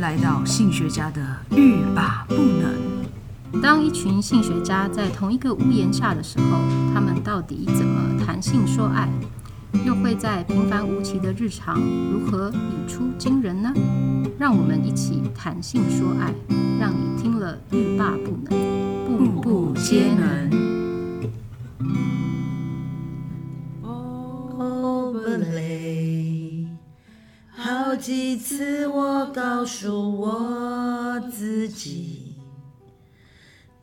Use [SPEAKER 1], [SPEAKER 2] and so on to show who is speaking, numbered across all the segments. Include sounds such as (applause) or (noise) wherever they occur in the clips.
[SPEAKER 1] 来到性学家的欲罢不能。
[SPEAKER 2] 当一群性学家在同一个屋檐下的时候，他们到底怎么谈性说爱？又会在平凡无奇的日常如何语出惊人呢？让我们一起谈性说爱，让你听了欲罢不能，步步皆能。
[SPEAKER 3] 哦，不累。好几次我告诉我自己，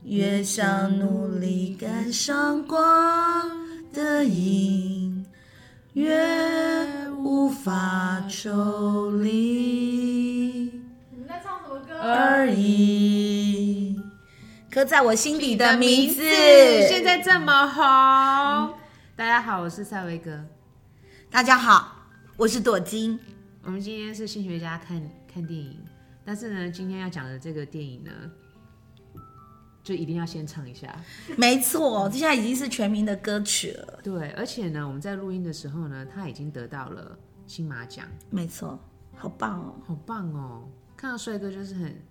[SPEAKER 3] 越想努力赶上光的影，越无法抽离
[SPEAKER 4] 你们在唱什么歌？
[SPEAKER 3] 而已。刻在我心底的名字，
[SPEAKER 4] 现在这么红。大家好，我是赛维哥。
[SPEAKER 3] 大家好，我是朵金。
[SPEAKER 4] 我们今天是性学家看看电影，但是呢，今天要讲的这个电影呢，就一定要先唱一下。
[SPEAKER 3] 没错，这现在已经是全民的歌曲了。
[SPEAKER 4] 对，而且呢，我们在录音的时候呢，他已经得到了金马奖，
[SPEAKER 3] 没错，好棒哦。
[SPEAKER 4] 好棒哦！看到帅哥就是很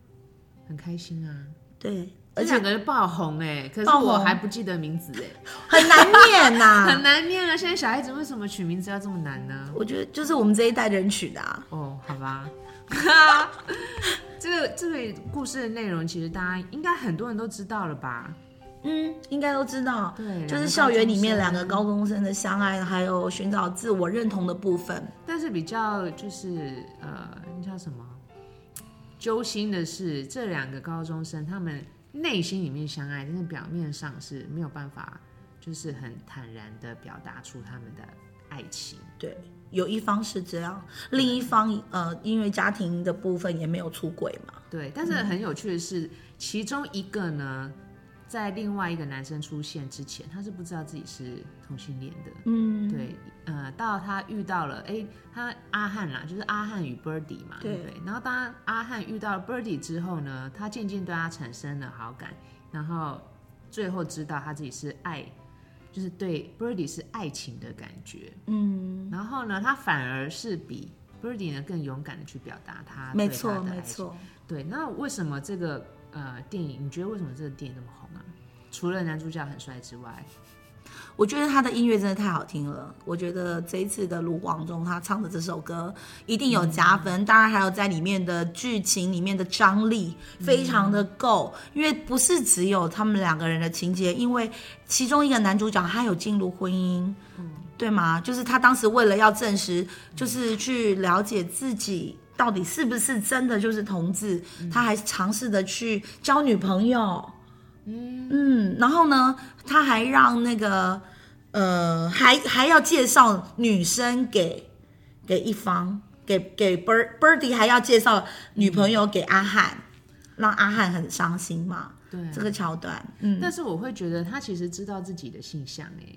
[SPEAKER 4] 很开心啊。
[SPEAKER 3] 对，
[SPEAKER 4] 这
[SPEAKER 3] 而
[SPEAKER 4] 两
[SPEAKER 3] 且
[SPEAKER 4] 个就爆红哎、可是
[SPEAKER 3] 爆红
[SPEAKER 4] 我还不记得名字
[SPEAKER 3] (laughs)
[SPEAKER 4] 哎、
[SPEAKER 3] 很难念
[SPEAKER 4] (laughs)
[SPEAKER 3] 呐、
[SPEAKER 4] 很难念啊！现在小孩子为什么取名字要这么难
[SPEAKER 3] (laughs)
[SPEAKER 4] 呢？
[SPEAKER 3] 我觉得就是我们这一代人取的、啊，
[SPEAKER 4] 哦，好吧。
[SPEAKER 3] (laughs)
[SPEAKER 4] 这个这个故事的内容，其实大家应该很多人都知道了吧？
[SPEAKER 3] 嗯，应该都知道。
[SPEAKER 4] 对
[SPEAKER 3] 就
[SPEAKER 4] 两个高
[SPEAKER 3] 是校园里面
[SPEAKER 4] 中
[SPEAKER 3] 两
[SPEAKER 4] 生
[SPEAKER 3] 个高中生的相爱，还有寻找自我认同的部分。
[SPEAKER 4] 但是比较就是呃，那叫什么？揪心的是，这两个高中生他们内心里面相爱，但是表面上是没有办法，就是很坦然的表达出他们的爱情。
[SPEAKER 3] 对，有一方是这样，另一方呃，因为家庭的部分也没有出轨嘛。
[SPEAKER 4] 对，但是很有趣的是，其中一个呢，在另外一个男生出现之前，他是不知道自己是同性恋的。
[SPEAKER 3] 嗯，
[SPEAKER 4] 对，呃，到他遇到了，哎，他阿汉啦，就是阿汉与 Birdy 嘛，对
[SPEAKER 3] 对
[SPEAKER 4] 不对？然后当阿汉遇到了 Birdy 之后呢，他渐渐对他产生了好感，然后最后知道他自己是爱，就是对 Birdy 是爱情的感觉。
[SPEAKER 3] 嗯，
[SPEAKER 4] 然后呢，他反而是比 Birdy 呢更勇敢的去表达他嗯
[SPEAKER 3] 没
[SPEAKER 4] 对他
[SPEAKER 3] 错
[SPEAKER 4] 的
[SPEAKER 3] 没
[SPEAKER 4] 爱情
[SPEAKER 3] 错。
[SPEAKER 4] 对，那为什么这个呃电影？你觉得为什么这个电影那么红啊？除了男主角很帅之外，
[SPEAKER 3] 我觉得他的音乐真的太好听了。我觉得这一次的卢广仲他唱的这首歌一定有加分，当然还有在里面的剧情里面的张力非常的够，因为不是只有他们两个人的情节，因为其中一个男主角他有进入婚姻。对吗？就是他当时为了要证实，就是去了解自己到底是不是真的就是同志，他还尝试的去交女朋友，嗯，然后呢，他还让那个呃，还还要介绍女生给给一方，给给 Bir- Birdy 还要介绍女朋友给阿汉，让阿汉很伤心嘛。
[SPEAKER 4] 对
[SPEAKER 3] 这个桥段，嗯，
[SPEAKER 4] 但是我会觉得他其实知道自己的性向哎、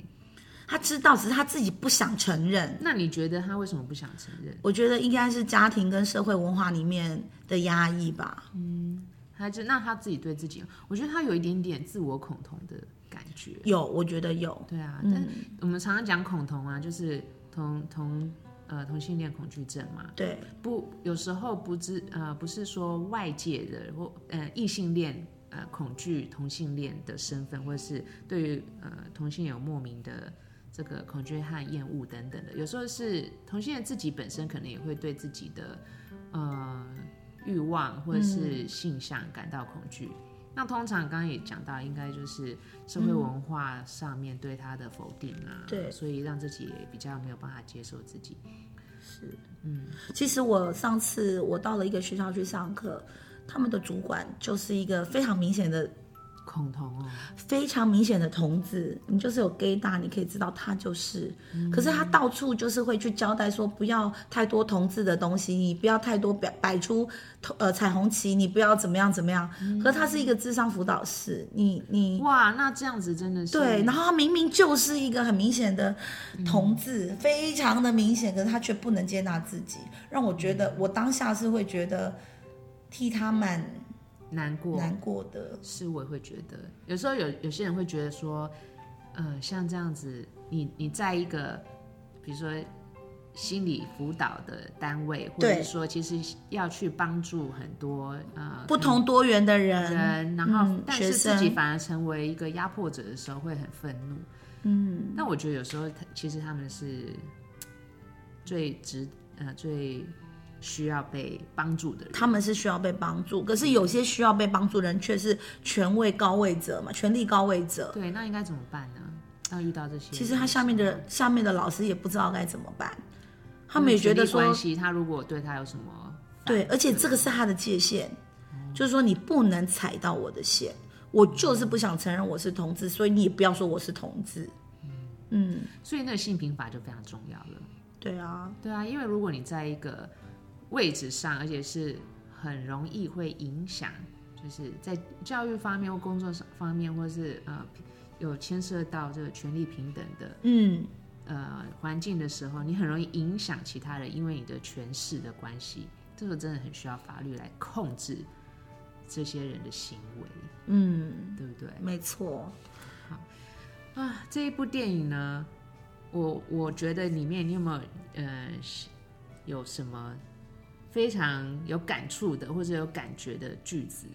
[SPEAKER 3] 他知道，只是他自己不想承认。
[SPEAKER 4] 那你觉得他为什么不想承认？
[SPEAKER 3] 我觉得应该是家庭跟社会文化里面的压抑吧。
[SPEAKER 4] 他就那他自己对自己，我觉得他有一点点自我恐同的感觉。
[SPEAKER 3] 有，我觉得有。
[SPEAKER 4] 对啊，但我们常常讲恐同啊，就是同同呃同性恋恐惧症嘛。
[SPEAKER 3] 对，
[SPEAKER 4] 不，有时候不知呃，不是说外界的或呃异性恋呃恐惧同性恋的身份，或者是对于呃同性有莫名的这个恐惧和厌恶等等的，有时候是同性恋自己本身可能也会对自己的呃欲望或者是性向感到恐惧。那通常刚刚也讲到，应该就是社会文化上面对他的否定啊，
[SPEAKER 3] 对
[SPEAKER 4] 所以让自己也比较没有办法接受自己。
[SPEAKER 3] 其实我上次我到了一个学校去上课，他们的主管就是一个非常明显的
[SPEAKER 4] 恐同哦，
[SPEAKER 3] 非常明显的同志，你就是有 gay 大，你可以知道他就是。可是他到处就是会去交代说，不要太多同志的东西，你不要太多摆摆出呃彩虹旗，你不要怎么样怎么样。可是他是一个智商辅导师，你你
[SPEAKER 4] 哇，那这样子真的是
[SPEAKER 3] 对，然后他明明就是一个很明显的同志，非常的明显，可是他却不能接纳自己，让我觉得我当下是会觉得替他蛮
[SPEAKER 4] 难过，
[SPEAKER 3] 难过的。
[SPEAKER 4] 是我也会觉得，有时候有有些人会觉得说，呃，像这样子，你你在一个比如说心理辅导的单位，或
[SPEAKER 3] 对
[SPEAKER 4] 者说其实要去帮助很多呃
[SPEAKER 3] 不同多元的人，
[SPEAKER 4] 人，然后
[SPEAKER 3] 嗯
[SPEAKER 4] 但
[SPEAKER 3] 学
[SPEAKER 4] 是自己
[SPEAKER 3] 生
[SPEAKER 4] 反而成为一个压迫者的时候会很愤怒。
[SPEAKER 3] 嗯，
[SPEAKER 4] 但我觉得有时候他其实他们是最值呃最需要被帮助的人。
[SPEAKER 3] 他们是需要被帮助，可是有些需要被帮助的人却是权位高位者嘛，权力高位者。
[SPEAKER 4] 对，那应该怎么办呢？当遇到这些人的时候，
[SPEAKER 3] 其实他下面的下面的老师也不知道该怎么办，他
[SPEAKER 4] 他
[SPEAKER 3] 们也觉得
[SPEAKER 4] 关
[SPEAKER 3] 说，
[SPEAKER 4] 系，他如果对他有什么
[SPEAKER 3] 对，而且这个是他的界限，就是说你不能踩到我的线，我就是不想承认我是同志，所以你也不要说我是同志。嗯，
[SPEAKER 4] 所以那个性平法就非常重要了。
[SPEAKER 3] 对啊，
[SPEAKER 4] 对啊，因为如果你在一个位置上，而且是很容易会影响，就是在教育方面或工作上方面，或是呃有牵涉到这个权利平等的
[SPEAKER 3] 嗯，
[SPEAKER 4] 呃环境的时候，你很容易影响其他人，因为你的权势的关系，这个真的很需要法律来控制这些人的行为，嗯，对不对？
[SPEAKER 3] 没错，
[SPEAKER 4] 啊，这一部电影呢，我我觉得里面你有没有呃有什么非常有感触的或者有感觉的句子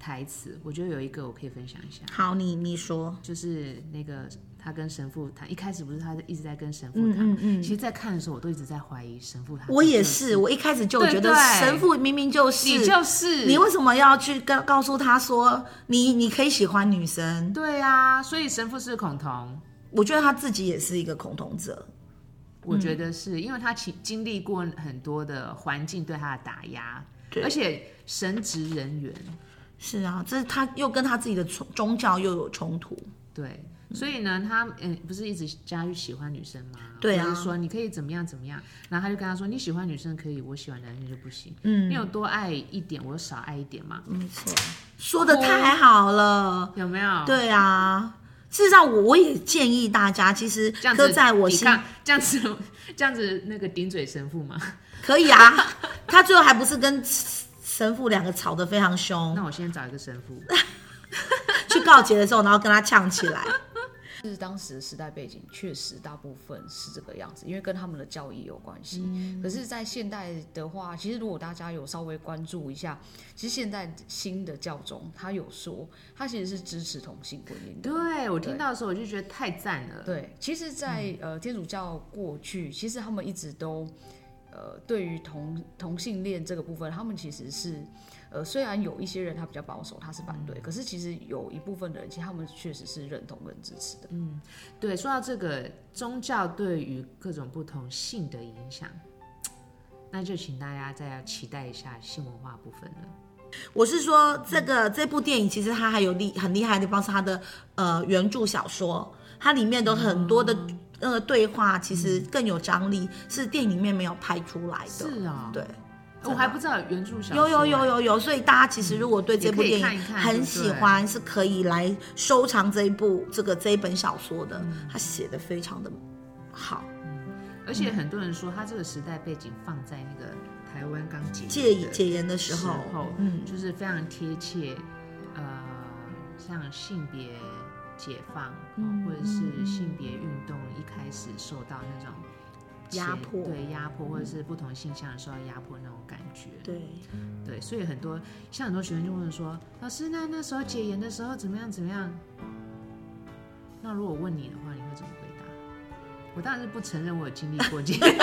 [SPEAKER 4] 台词？我觉得有一个我可以分享一下，
[SPEAKER 3] 好，你你说，
[SPEAKER 4] 就是那个他跟神父谈，一开始不是他一直在跟神父
[SPEAKER 3] 嗯
[SPEAKER 4] 谈，
[SPEAKER 3] 嗯嗯
[SPEAKER 4] 其。实，在看的时候我都一直在怀疑神父他，
[SPEAKER 3] 我也是，，我一开始就
[SPEAKER 4] 对
[SPEAKER 3] 觉得
[SPEAKER 4] 对
[SPEAKER 3] 神父明明就是
[SPEAKER 4] 你就是
[SPEAKER 3] 你为什么要去跟告诉他说你你可以喜欢女生？
[SPEAKER 4] 对啊，所以神父是恐同。
[SPEAKER 3] 我觉得他自己也是一个恐同者，
[SPEAKER 4] 我
[SPEAKER 3] 嗯
[SPEAKER 4] 觉得是因为他经经历过很多的环境对他的打压，
[SPEAKER 3] 对
[SPEAKER 4] 而且神职人员，
[SPEAKER 3] 是啊，这是他又跟他自己的宗宗教又有冲突，
[SPEAKER 4] 对，所以呢，他嗯不是一直家玉喜欢女生吗？
[SPEAKER 3] 对啊
[SPEAKER 4] 或者是说你可以怎么样怎么样，然后他就跟他说你喜欢女生可以，我喜欢男生就不行，
[SPEAKER 3] 嗯
[SPEAKER 4] 你有多爱一点，我有少爱一点嘛，
[SPEAKER 3] 没错，说的太好了，
[SPEAKER 4] 有没有？，
[SPEAKER 3] 对啊。事实上，我我也建议大家，其实
[SPEAKER 4] 这样
[SPEAKER 3] 刻
[SPEAKER 4] 子
[SPEAKER 3] 在我
[SPEAKER 4] 抵
[SPEAKER 3] 心
[SPEAKER 4] 抗这样子这样子那个顶嘴神父嘛，
[SPEAKER 3] 可以啊。 (laughs) 他最后还不是跟神父两个吵得非常
[SPEAKER 4] (laughs)
[SPEAKER 3] 凶
[SPEAKER 4] 那，我先找一个神父。
[SPEAKER 3] (laughs) 去告解的时候，然后跟他呛起来。
[SPEAKER 5] 是当时的时代背景，确实大部分是这个样子，因为跟他们的教义有关系。可是，在现代的话，其实如果大家有稍微关注一下，其实现在新的教宗他有说，他其实是支持同性婚姻的。
[SPEAKER 4] 对我听
[SPEAKER 5] 对
[SPEAKER 4] 到的时候我就觉得太赞了，
[SPEAKER 5] 对，其实在，呃天主教过去，其实他们一直都呃对于同同性恋这个部分，他们其实是呃虽然有一些人他比较保守，他是反对，可是其实有一部分的人，其实他们确实是认同跟支持的。
[SPEAKER 4] 对，说到这个宗教对于各种不同性的影响，那就请大家再要期待一下性文化部分了。
[SPEAKER 3] 我是说，这个这部电影其实它还有厉很厉害的地方是它的呃原著小说，它里面的很多的
[SPEAKER 4] 嗯
[SPEAKER 3] 呃对话其实更有张力，是电影里面没有拍出来的。
[SPEAKER 4] 是啊、
[SPEAKER 3] 对，
[SPEAKER 4] 我还不知道原著小
[SPEAKER 3] 有
[SPEAKER 4] 说
[SPEAKER 3] 有有
[SPEAKER 4] 欸，
[SPEAKER 3] 有有，所以大家其实如果对这部电
[SPEAKER 4] 也可以
[SPEAKER 3] 影
[SPEAKER 4] 看一看
[SPEAKER 3] 很喜欢，是可以来收藏这一部这个这一本小说的，
[SPEAKER 4] 嗯
[SPEAKER 3] 它写的非常的好。
[SPEAKER 4] 而且很多人说他这个时代背景放在那个台湾刚解
[SPEAKER 3] 戒
[SPEAKER 4] 严的
[SPEAKER 3] 戒严的时
[SPEAKER 4] 时
[SPEAKER 3] 候，
[SPEAKER 4] 嗯，就是非常贴切，呃，像性别解放，
[SPEAKER 3] 嗯
[SPEAKER 4] 哦、或者是性别运动一开始受到那种
[SPEAKER 3] 压
[SPEAKER 4] 前
[SPEAKER 3] 迫
[SPEAKER 4] 对压迫，或者是不同性向受到压迫那种感觉，
[SPEAKER 3] 对，
[SPEAKER 4] 对，所以很多像很多学生就问说，老师，那那时候解严的时候怎么样怎么样？那如果问你的话，你会怎么回答？我当然是不承认我有经历过解严， (laughs)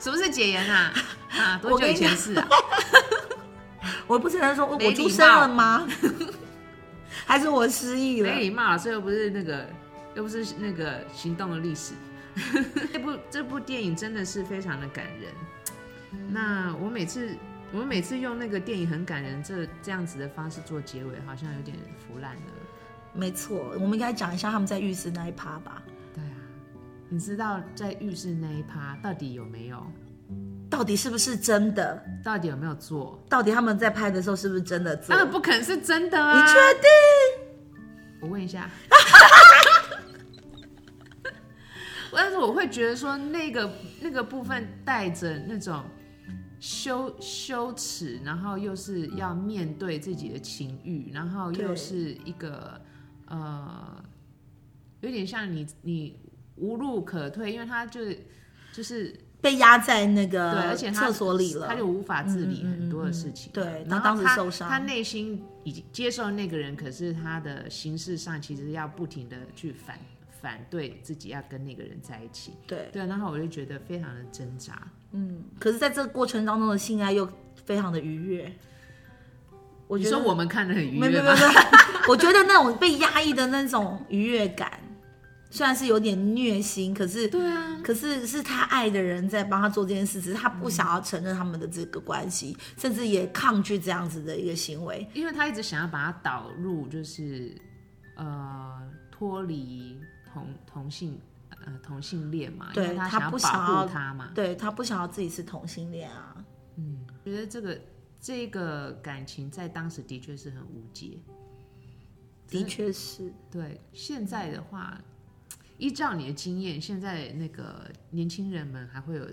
[SPEAKER 4] 什么是解严啊？啊，多
[SPEAKER 3] 我
[SPEAKER 4] 久
[SPEAKER 3] 跟
[SPEAKER 4] 以
[SPEAKER 3] 你
[SPEAKER 4] 前
[SPEAKER 3] 讲
[SPEAKER 4] 是啊？
[SPEAKER 3] 我不承认说哦我
[SPEAKER 4] 没礼貌
[SPEAKER 3] 出生了吗？ (laughs) 还是我失忆了？
[SPEAKER 4] 没礼貌，这又不是那个，又不是那个行动的历史。 (laughs) 这部这部电影真的是非常的感人。那我每次我每次用那个电影很感人这这样子的方式做结尾，好像有点腐烂了。
[SPEAKER 3] 没错，我们应该讲一下他们在浴室那一趴吧，
[SPEAKER 4] 对啊，你知道在浴室那一趴到底有没有，
[SPEAKER 3] 到底是不是真的？
[SPEAKER 4] 到底有没有做？
[SPEAKER 3] 到底他们在拍的时候是不是真的做？
[SPEAKER 4] 当啊然不可能是真的啊！
[SPEAKER 3] 你确定？
[SPEAKER 4] 我问一下。 (laughs) 但是我会觉得说，那个那个部分带着那种羞羞耻，然后又是要面对自己的情欲，然后又
[SPEAKER 3] 对
[SPEAKER 4] 是一个呃，有点像你你无路可退，因为他就是就是
[SPEAKER 3] 被压在那
[SPEAKER 4] 对，
[SPEAKER 3] 个
[SPEAKER 4] 而且他
[SPEAKER 3] 厕所里了嗯
[SPEAKER 4] 他。就无法自理很多的事情。啊
[SPEAKER 3] 对
[SPEAKER 4] 然
[SPEAKER 3] 那
[SPEAKER 4] 后
[SPEAKER 3] 当时
[SPEAKER 4] 他
[SPEAKER 3] 受伤
[SPEAKER 4] 他内心已经接受那个人，可是他的形式上其实要不停的去反反对自己要跟那个人在一起。
[SPEAKER 3] 对，
[SPEAKER 4] 对，啊然后我就觉得非常的挣扎。
[SPEAKER 3] 可是在这个过程当中的性爱又非常的愉悦。我
[SPEAKER 4] 你
[SPEAKER 3] 觉
[SPEAKER 4] 说
[SPEAKER 3] 得
[SPEAKER 4] 我们看得很愉
[SPEAKER 3] 没没
[SPEAKER 4] 悦
[SPEAKER 3] 没
[SPEAKER 4] 吧？
[SPEAKER 3] 没， (laughs) 我觉得那种被压抑的那种愉悦感，虽然是有点虐心，可是
[SPEAKER 4] 对啊，
[SPEAKER 3] 可是是他爱的人在帮他做这件事，只是他不想要承认他们的这个关系，甚至也抗拒这样子的一个行为。
[SPEAKER 4] 因为他一直想要把它导入，就是呃脱离同同性呃同性恋嘛，因
[SPEAKER 3] 对
[SPEAKER 4] 为
[SPEAKER 3] 他
[SPEAKER 4] 想要
[SPEAKER 3] 不想
[SPEAKER 4] 保
[SPEAKER 3] 要
[SPEAKER 4] 护他嘛。
[SPEAKER 3] 对他不想要自己是同性恋啊，
[SPEAKER 4] 觉得这个这个感情在当时的确是很无解。
[SPEAKER 3] 的确是，
[SPEAKER 4] 对，现在的话，依照你的经验，现在那个年轻人们还会有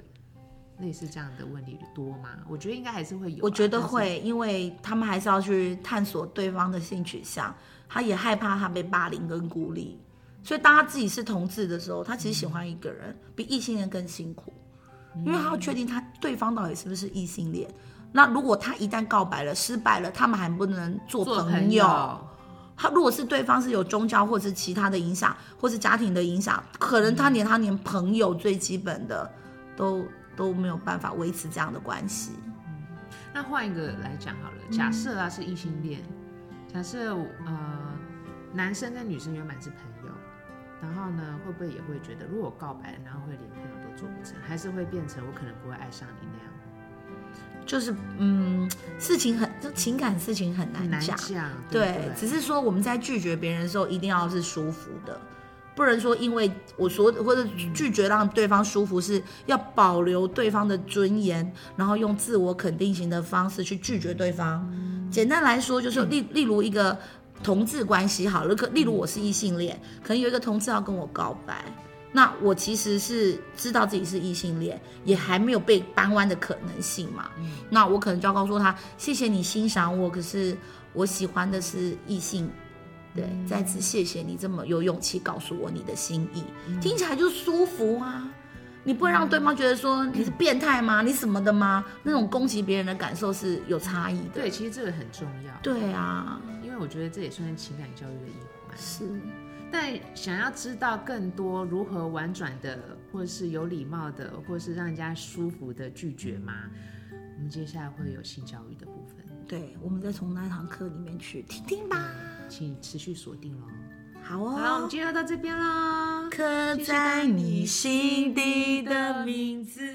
[SPEAKER 4] 类似这样的问题多吗？我觉得应该还是会有啊、
[SPEAKER 3] 我觉得
[SPEAKER 4] 但是。
[SPEAKER 3] 会，因为他们还是要去探索对方的性取向，他也害怕他被霸凌跟孤立，所以当他自己是同志的时候，他其实喜欢一个人、比异性恋更辛苦，因为他要确定他对方到底是不是异性恋。那如果他一旦告白了，失败了，他们还不能做
[SPEAKER 4] 做
[SPEAKER 3] 朋
[SPEAKER 4] 朋
[SPEAKER 3] 友。他如果是对方是有宗教或是其他的影响，或是家庭的影响，可能
[SPEAKER 4] 嗯
[SPEAKER 3] 他连他连朋友最基本的都都没有办法维持这样的关系。
[SPEAKER 4] 那换一个来讲好了，
[SPEAKER 3] 嗯
[SPEAKER 4] 假设啊是异性恋，假设呃男生跟女生原本是朋友，然后呢会不会也会觉得，如果我告白了，然后会连朋友都做不成，还是会变成我可能不会爱上你那样？
[SPEAKER 3] 就是嗯，事情很就情感事情很
[SPEAKER 4] 很
[SPEAKER 3] 难
[SPEAKER 4] 难
[SPEAKER 3] 讲，
[SPEAKER 4] 讲，对不
[SPEAKER 3] 对，
[SPEAKER 4] 对
[SPEAKER 3] 只是说我们在拒绝别人的时候，一定要是舒服的，不能说因为我所或者
[SPEAKER 4] 嗯
[SPEAKER 3] 拒绝让对方舒服，是要保留对方的尊严，然后用自我肯定型的方式去拒绝对方。
[SPEAKER 4] 嗯
[SPEAKER 3] 简单来说，就是例例如一个同志关系好了，可例如我是异性恋，可能有一个同志要跟我告白。那我其实是知道自己是异性恋，也还没有被扳弯的可能性嘛。那我可能就要告诉他，谢谢你欣赏我，可是我喜欢的是异性。对，再次谢谢你这么有勇气告诉我你的心意，听起来就舒服啊。你不会让对方觉得说你是变态吗？你什么的吗？那种攻击别人的感受是有差异的。
[SPEAKER 4] 对，其实这个很重要，
[SPEAKER 3] 对啊，
[SPEAKER 4] 因为我觉得这也算是情感教育的一环。
[SPEAKER 3] 是
[SPEAKER 4] 但想要知道更多如何婉转的，或是有礼貌的，或是让人家舒服的拒绝吗？我们接下来会有性教育的部分，
[SPEAKER 3] 对，我们再从那堂课里面去听听吧。
[SPEAKER 4] 请持续锁定喽。
[SPEAKER 3] 好
[SPEAKER 4] 好了，我
[SPEAKER 3] 哦
[SPEAKER 4] 们，今天就到这边啦。
[SPEAKER 3] 刻
[SPEAKER 4] 谢谢
[SPEAKER 3] 在
[SPEAKER 4] 你
[SPEAKER 3] 你心底的名字。